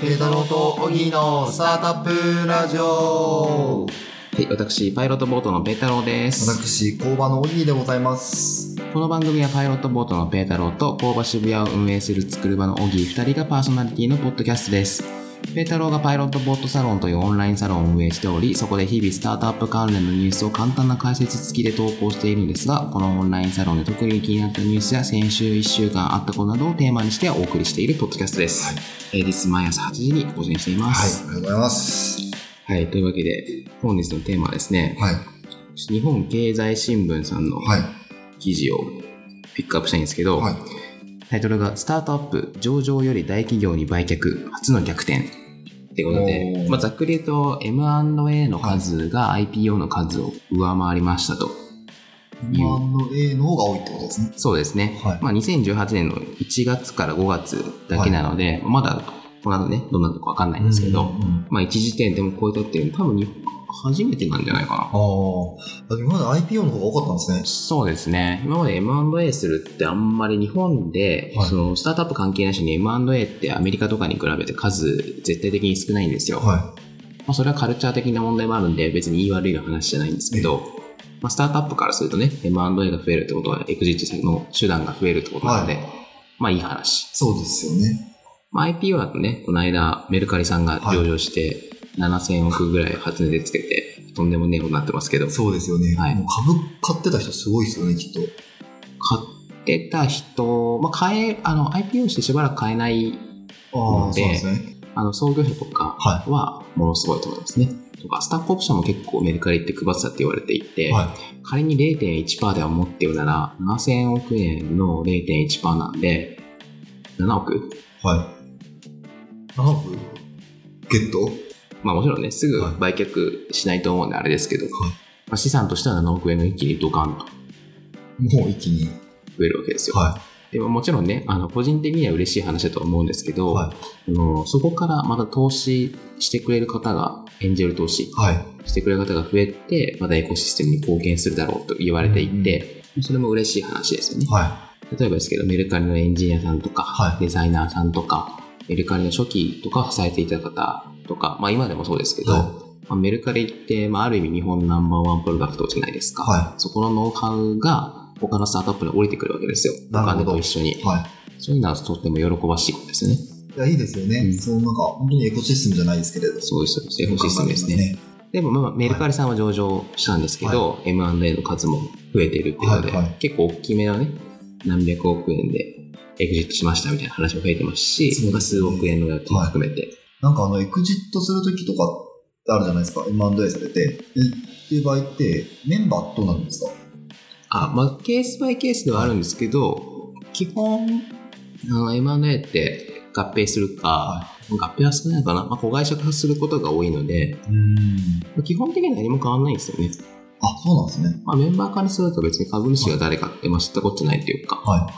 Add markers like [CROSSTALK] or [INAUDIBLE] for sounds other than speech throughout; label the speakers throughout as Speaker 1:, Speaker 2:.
Speaker 1: ペータローとオギーのスタートアップラジオ
Speaker 2: はい、私、パイロットボートのペータローです。
Speaker 1: 私工場のオギーでございます
Speaker 2: この番組はパイロットボートのペータローと工場渋谷を運営する作る場のオギー2人がパーソナリティのポッドキャストです。ペータローがパイロットボートサロンというオンラインサロンを運営しており、そこで日々スタートアップ関連のニュースを簡単な解説付きで投稿しているんですが、このオンラインサロンで特に気になったニュースや先週1週間あったことなどをテーマにしてお送りしているポッドキャストです。平日毎朝8時に更新していま
Speaker 1: はい
Speaker 2: す。
Speaker 1: ありがとうございます
Speaker 2: はい、というわけで、本日のテーマはですね、
Speaker 1: はい
Speaker 2: 日本経済新聞さんの
Speaker 1: はい
Speaker 2: 記事をピックアップしたいんですけど、
Speaker 1: はい
Speaker 2: タイトルが「スタートアップ上場より大企業に売却初の逆転」ってこと
Speaker 1: お
Speaker 2: で、
Speaker 1: ー
Speaker 2: まあ、ざっくり言うと M&A の数が IPO の数を上回りましたと、
Speaker 1: 今の A の方が多いってことですね
Speaker 2: そうですね、
Speaker 1: はい
Speaker 2: まあ、2018年の1月から5月だけなので、まだこの後ねどんなのか分かんないんですけど、
Speaker 1: うんうん
Speaker 2: まあ、一時点でも超えたっていうのは多分に初めてなんじゃないかな
Speaker 1: あーあ今まで IPO の方が多かったんですね
Speaker 2: そうですね。今まで M&A するってあんまり日本で、
Speaker 1: はい
Speaker 2: そのスタートアップ関係なしに M&A ってアメリカとかに比べて数絶対的に少ないんですよ。
Speaker 1: は
Speaker 2: まあ、それはカルチャー的な問題もあるんで別に言い悪い話じゃないんですけど、まあ、スタートアップからするとね、M&A が増えるってことはエクジット先の手段が増えるってことなので、
Speaker 1: はい
Speaker 2: まあいい話。
Speaker 1: そうですよね
Speaker 2: まあ、IPO だとね、この間メルカリさんが上場して7000億ぐらい初値でつけて、とんでもねえことになってますけど、
Speaker 1: そうですよね、
Speaker 2: はい
Speaker 1: もう株買ってた人すごいですよねきっと
Speaker 2: 買ってた人、まあ、買え、あの、IPO してしばらく買えない、
Speaker 1: あ
Speaker 2: ー
Speaker 1: あそうですね
Speaker 2: あの、創業者とか
Speaker 1: は
Speaker 2: は、ものすごいと思いますね。とか、スタッフオプションも結構メルカリって配ってたって言われていて、
Speaker 1: は
Speaker 2: 仮に0.1%では持ってるなら、7000億円の0.1%なんで、7億
Speaker 1: いはい7億ゲット
Speaker 2: まあもちろんね、すぐ
Speaker 1: はい
Speaker 2: 売却しないと思うんであれですけど、
Speaker 1: はい
Speaker 2: まあ、資産としては7億円が一気にドカンと
Speaker 1: もう一気に
Speaker 2: 増えるわけですよ。
Speaker 1: は
Speaker 2: でももちろんね、あの、個人的には嬉しい話だとは思うんですけ
Speaker 1: い
Speaker 2: ど、
Speaker 1: は
Speaker 2: あのそこからまた投資してくれる方が、エンジェル投資
Speaker 1: いはい
Speaker 2: してくれる方が増えて、またエコシステムに貢献するだろうと言われていて、それも嬉しい話ですよね。
Speaker 1: は
Speaker 2: 例えばですけど、メルカリのエンジニアさんとか、
Speaker 1: はい
Speaker 2: デザイナーさんとか、メルカリの初期とかを支えていた方とか、まあ今でもそうですけ
Speaker 1: い
Speaker 2: ど、
Speaker 1: はい
Speaker 2: まあ、メルカリって、まあある意味日本ナンバーワンプロダクトじゃないですか。
Speaker 1: は
Speaker 2: そこのノウハウが他のスタートアップに降りてくるわけですよ。
Speaker 1: なるほど
Speaker 2: お金と一緒に。
Speaker 1: はい
Speaker 2: そういうのはとっても喜ばしいことですよね。
Speaker 1: いや、いいですよね。
Speaker 2: うん
Speaker 1: そのなんか、本当にエコシステムじゃないですけれど。
Speaker 2: そうです。エコシステムですね。。でも、まあ、メルカリさんは上場したんですけど、M&A の数も増えてるっていうので、
Speaker 1: はいはい
Speaker 2: 結構大きめなね、何百億円でエグジットしましたみたいな話も増えてますし、
Speaker 1: そうですね
Speaker 2: 数億円のやつも含めて、
Speaker 1: なんか、あの、エクジットするときとかってあるじゃないですか。M&A されて。でっていう場合って、メンバーどうなるんですか
Speaker 2: あ、まあ、ケースバイケースではあるんですけど、基本、あの、M&A って合併するか、合併は少ないかな、まあ、子会社化することが多いので、
Speaker 1: うん。
Speaker 2: まあ基本的には何も変わんないんですよね。
Speaker 1: あ、そうなんですね。
Speaker 2: まあ、メンバーからすると別に株主が誰かって、まあ、知ったことないというか、
Speaker 1: はい、はい。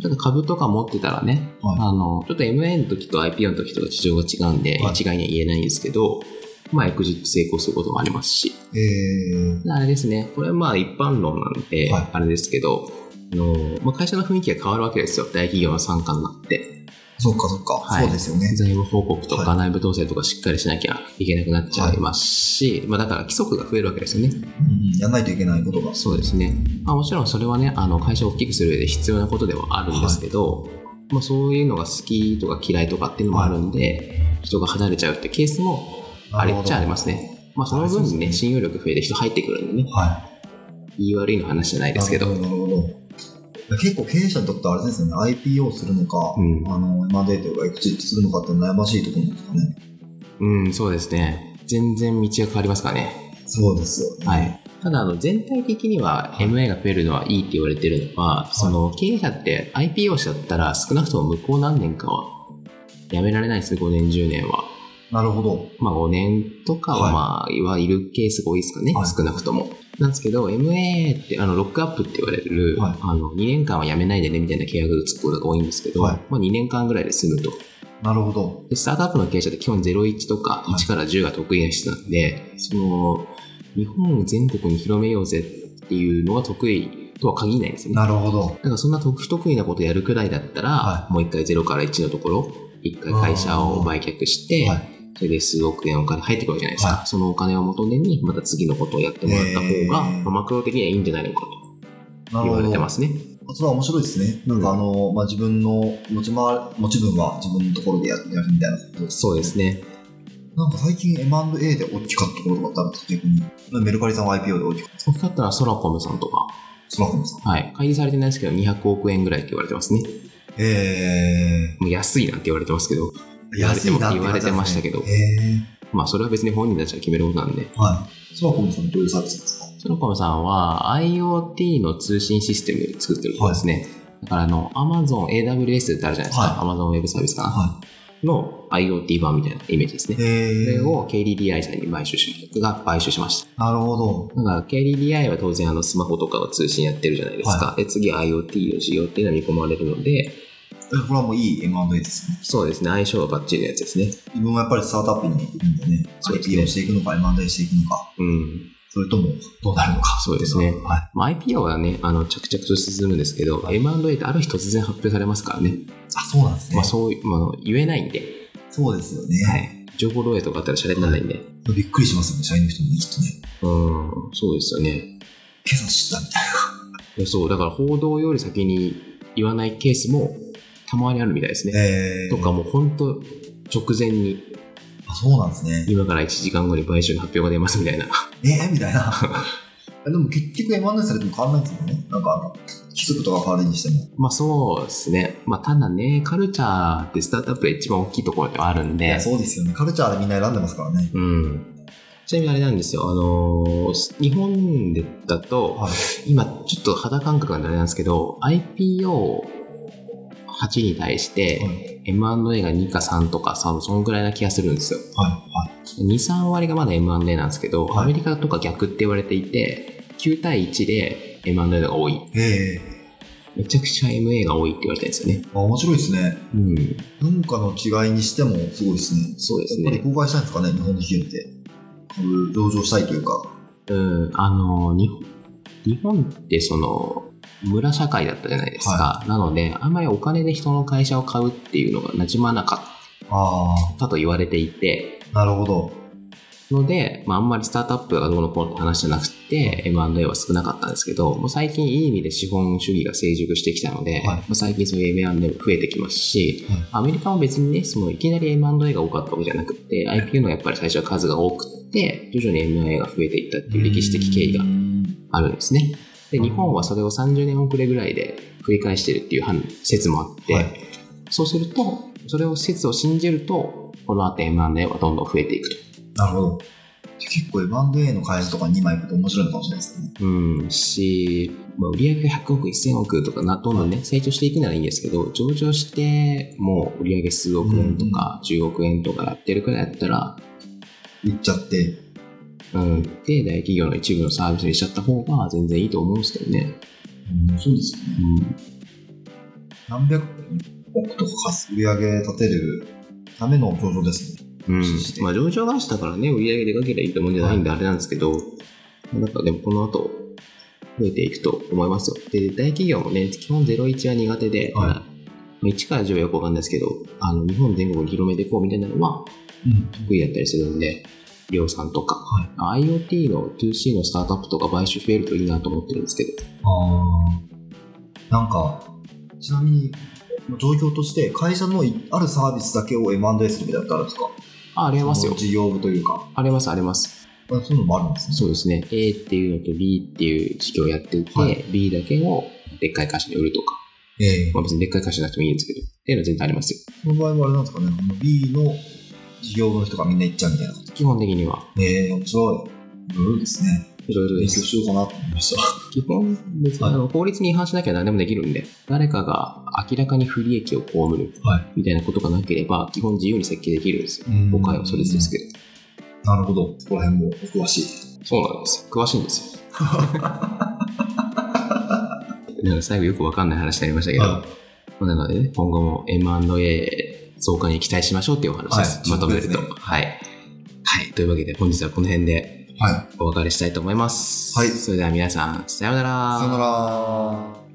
Speaker 2: ちょっと株とか持ってたらね、
Speaker 1: はい
Speaker 2: あの、ちょっと MA の時と IPO の時と事情が違うんで、
Speaker 1: はい
Speaker 2: 一概には言えないんですけど、まあ、エクジット成功することもありますし、
Speaker 1: えー、
Speaker 2: あれですね、これはまあ一般論なんで、
Speaker 1: はい
Speaker 2: あれですけど、あのまあ、会社の雰囲気が変わるわけですよ、大企業の傘下になって。
Speaker 1: そっかそっか。
Speaker 2: はい
Speaker 1: そうですよね。
Speaker 2: 財務報告と
Speaker 1: は
Speaker 2: か内部統制とかしっかりしなきゃいけなくなっちゃいますし、まあだから規則が増えるわけですよね。
Speaker 1: うんうん、やんないといけないことが。
Speaker 2: そうですね、まあ、もちろんそれはねあの会社を大きくする上で必要なことではあるんですけど、まあ、そういうのが好きとか嫌いとかっていうのもあるんで、人が離れちゃうってケースもあれっちゃありますね、まあ、その分
Speaker 1: そう
Speaker 2: ね
Speaker 1: ですね
Speaker 2: 信用力増えて人入ってくるんでね
Speaker 1: は
Speaker 2: 言い悪いの話じゃない
Speaker 1: い。
Speaker 2: ですけど
Speaker 1: なるほど。なるほどいや結構経営者にとってはあれですよね、IPO するのか、
Speaker 2: うん
Speaker 1: あの、M&A というか、エクジットするのかって悩ましいところなんですかね。
Speaker 2: うんそうですね全然道が変わりますからね、
Speaker 1: そうですよね。
Speaker 2: はい、ただあの全体的には MA が増えるのはいいって言われてるのは、その経営者って IPO しちゃったら少なくとも向こう何年かはやめられないですね5年10年は。
Speaker 1: なるほど。
Speaker 2: まあ5年とか
Speaker 1: は
Speaker 2: は、
Speaker 1: い
Speaker 2: まあ、いわゆるケースが多いですかね、
Speaker 1: はい
Speaker 2: 少なくとも。なんですけど、MA って、あの、ロックアップって言われる、
Speaker 1: はい
Speaker 2: あの、2年間は辞めないでね、みたいな契約を打つことが多いんですけど、
Speaker 1: はい
Speaker 2: まあ2年間ぐらいで済むと。
Speaker 1: なるほど。
Speaker 2: で、スタートアップの経営者って基本01とか
Speaker 1: はい
Speaker 2: 1から10が得意な人なんで、その、日本を全国に広めようぜっていうのが得意とは限らないんですよね。
Speaker 1: なるほど。
Speaker 2: だからそんな得不得意なことやるくらいだったら、
Speaker 1: は
Speaker 2: もう一回0から1のところ一回会社を売却して、
Speaker 1: はい
Speaker 2: それで数億円お金入ってくるわけじゃないですか。
Speaker 1: は
Speaker 2: そのお金を元手に、また次のことをやってもらった方が、
Speaker 1: へー
Speaker 2: まあマクロ的にはいいんじゃないのかと
Speaker 1: な。
Speaker 2: 言われてますすね。
Speaker 1: それは面白いですね。なんかあの、まあ、自分の持ち回り、持ち分は自分のところでやるみたいなことです。
Speaker 2: そうですね。
Speaker 1: なんか最近 M&A で大きかったところとかってあるんですか逆に。まあメルカリさんは IPO で大きかった。
Speaker 2: 大きかったらソラコムさんとか、
Speaker 1: ソラコムさん。
Speaker 2: はい。開示されてないですけど、200億円ぐらいって言われてますね。
Speaker 1: え
Speaker 2: もう安いなんて言われてますけど、
Speaker 1: ー、安いなって感じなんですね
Speaker 2: 言われてましたけど
Speaker 1: え
Speaker 2: まあそれは別に本人たちが決めることなんで。
Speaker 1: ー、はい。ソラコムさんどういうサービスなんですか
Speaker 2: ソラコムさんは IoT の通信システム作ってるんですね。だからあの、Amazon AWS ってあるじゃないですか。Amazon Web サービスかな。
Speaker 1: は
Speaker 2: の IoT 版みたいなイメージです
Speaker 1: い。
Speaker 2: ね。
Speaker 1: え
Speaker 2: そ
Speaker 1: ー、
Speaker 2: れを KDDI さんに買収しました。が買収しまし
Speaker 1: なるほど。
Speaker 2: た。だから KDDI は当然あのスマホとかの通信やってるじゃないですか。で、次 IoT の事業っていうのは見込まれるので、
Speaker 1: えこれはもういい M&A ですね。
Speaker 2: そうですね、相性がバッチリのやつですね。
Speaker 1: 自分はやっぱりスタートアップに行くんでね、
Speaker 2: そうですね
Speaker 1: IPO していくのか M&A していくのか、
Speaker 2: うん。
Speaker 1: それともどうなるのか。
Speaker 2: そうですね
Speaker 1: はい。
Speaker 2: まあ、IPO はね、あの、着々と進むんですけど、M&A ってある日突然発表されますからね。
Speaker 1: あ、そうなんですね。
Speaker 2: まあ、そういう、まあ、言えないんで、
Speaker 1: そうですよね。
Speaker 2: はい。情報漏洩とかあったらシャレにならないんで。
Speaker 1: びっくりしますよね、社員の人もね、きっとね。
Speaker 2: うん、そうですよね。
Speaker 1: 今朝知ったみたい
Speaker 2: いやそう、だから報道より先に言わないケースもたまにあるみたいですね。
Speaker 1: な。え
Speaker 2: とかもう本当直前に
Speaker 1: あ、そうなんですね。
Speaker 2: 今から1時間後に買収の発表が出ますみたいな
Speaker 1: えー、みたい
Speaker 2: [LAUGHS]
Speaker 1: な。でも結局 M&A されても変わらないですもんね。なんかあの、規則とか変わるにしても。
Speaker 2: まあそうですねまあただねカルチャーってスタートアップで一番大きいところではあるん
Speaker 1: い
Speaker 2: で
Speaker 1: や、そうですよね。カルチャーでみんな選んでますからね。
Speaker 2: うんちなみにあれなんですよあのー日本でだと、
Speaker 1: はい。
Speaker 2: 今ちょっと肌感覚なんであれなんですけど IPO8 に対して、
Speaker 1: はい。
Speaker 2: M&A が2か3とか3そのぐらいな気がするんですよ
Speaker 1: はい。
Speaker 2: 23割がまだ M&A なんですけど、
Speaker 1: はい
Speaker 2: アメリカとか逆って言われていて9対1で M&A が多い
Speaker 1: え
Speaker 2: めちゃくちゃ MA が多いって言われてるんですよね
Speaker 1: ー、あ、面白いですね。
Speaker 2: うん
Speaker 1: 文化の違いにしてもすごいですね。
Speaker 2: そうです
Speaker 1: やっぱ
Speaker 2: ね
Speaker 1: り公開したいんですかね、日本の企業って。株上場したいというか。
Speaker 2: うんあの日本日本ってその村社会だったじゃないですか、なのであんまりお金で人の会社を買うっていうのがなじまなか
Speaker 1: あ
Speaker 2: ったと言われていて
Speaker 1: あ、なるほど。
Speaker 2: ので、まあ、あんまりスタートアップがどうのこうのって話じゃなくて M&A は少なかったんですけどもう最近いい意味で資本主義が成熟してきたので、
Speaker 1: い
Speaker 2: まあ最近そういう M&A も増えてきますし、
Speaker 1: はい
Speaker 2: アメリカは別にねそのいきなり M&A が多かったわけじゃなくて IPO のやっぱり最初は数が多くて徐々に M&A が増えていったっていう歴史的経緯が
Speaker 1: うん
Speaker 2: あるんですねで日本はそれを30年遅れぐらいで繰り返してるっていう反説もあって、
Speaker 1: はい
Speaker 2: そうするとそれを説を信じるとこの後 M&A はどんどん増えていくと。
Speaker 1: なるほど。結構 M&A の会社とかに今行くと面白いのかもしれないですね。
Speaker 2: うん、し、まあ、売上が100億、1000億とかな、どんどんね、成長していくならいいんですけど、上場して、もう売上数億円とか、10億円とかやってるくらいだったら、
Speaker 1: 売っちゃって。
Speaker 2: うん、で、大企業の一部のサービスにしちゃった方が全然いいと思うんですけどね。
Speaker 1: うん、そうですよね。
Speaker 2: う
Speaker 1: 何百億とか貸す売り上げ立てるための上場ですね。
Speaker 2: ん。うん。まあ、上場会社だからね、売上でかけりゃいいと思うんじゃないんで、あれなんですけど、なんかでもこの後、増えていくと思いますよ。で、大企業もね、基本01は苦手で、
Speaker 1: はい
Speaker 2: まあ1から10はよくわかんないですけど、あの、日本全国に広めていこうみたいなのは、
Speaker 1: うん。
Speaker 2: 得意だったりするんで、量産とか、IoT の 2C のスタートアップとか買収増えるといいなと思ってるんですけど、
Speaker 1: ああ。なんか、ちなみに、状況として会社のいあるサービスだけを M&A するみたいなのってあるんですか
Speaker 2: あ、ありますよ
Speaker 1: その。事業部というか。
Speaker 2: あります、あります。
Speaker 1: あそういうのもあるんですね。
Speaker 2: そうですね。A っていうのと B っていう事業をやっていて、
Speaker 1: は
Speaker 2: B だけをでっかい会社に売るとか、
Speaker 1: ええ
Speaker 2: まあ別にでっかい会社じゃなくてもいいんですけど、っていうのは全然ありますよ。
Speaker 1: この場合はあれなんですかね、あの B の事業部の人がみんな行っちゃうみたいなこと。
Speaker 2: 基本的には、
Speaker 1: ええ面白い。いろいろですね。
Speaker 2: いろいろ
Speaker 1: 勉
Speaker 2: で
Speaker 1: 強
Speaker 2: す。
Speaker 1: しようかなと思いました。
Speaker 2: 基本、別に
Speaker 1: はい
Speaker 2: あの法律に違反しなきゃ何でもできるんで、誰かが明らかに不利益を被る
Speaker 1: は
Speaker 2: みたいなことがなければ、基本自由に設計できるんですよ。
Speaker 1: うん
Speaker 2: 誤解はそれですけど。
Speaker 1: なるほど。そこら辺もお詳しい。
Speaker 2: そうなんですよ。詳しいんです [LAUGHS] よ。なんか最後よくわかんない話になりましたけど、
Speaker 1: は
Speaker 2: まあなのでね、今後も M&A 増加に期待しましょうっていうお話です。
Speaker 1: はい
Speaker 2: まとめると、
Speaker 1: そうです
Speaker 2: はい。はい。というわけで本日はこの辺で
Speaker 1: はい。
Speaker 2: お別れしたいと思います。
Speaker 1: はい
Speaker 2: それでは皆さん、さようなら。
Speaker 1: さよなら。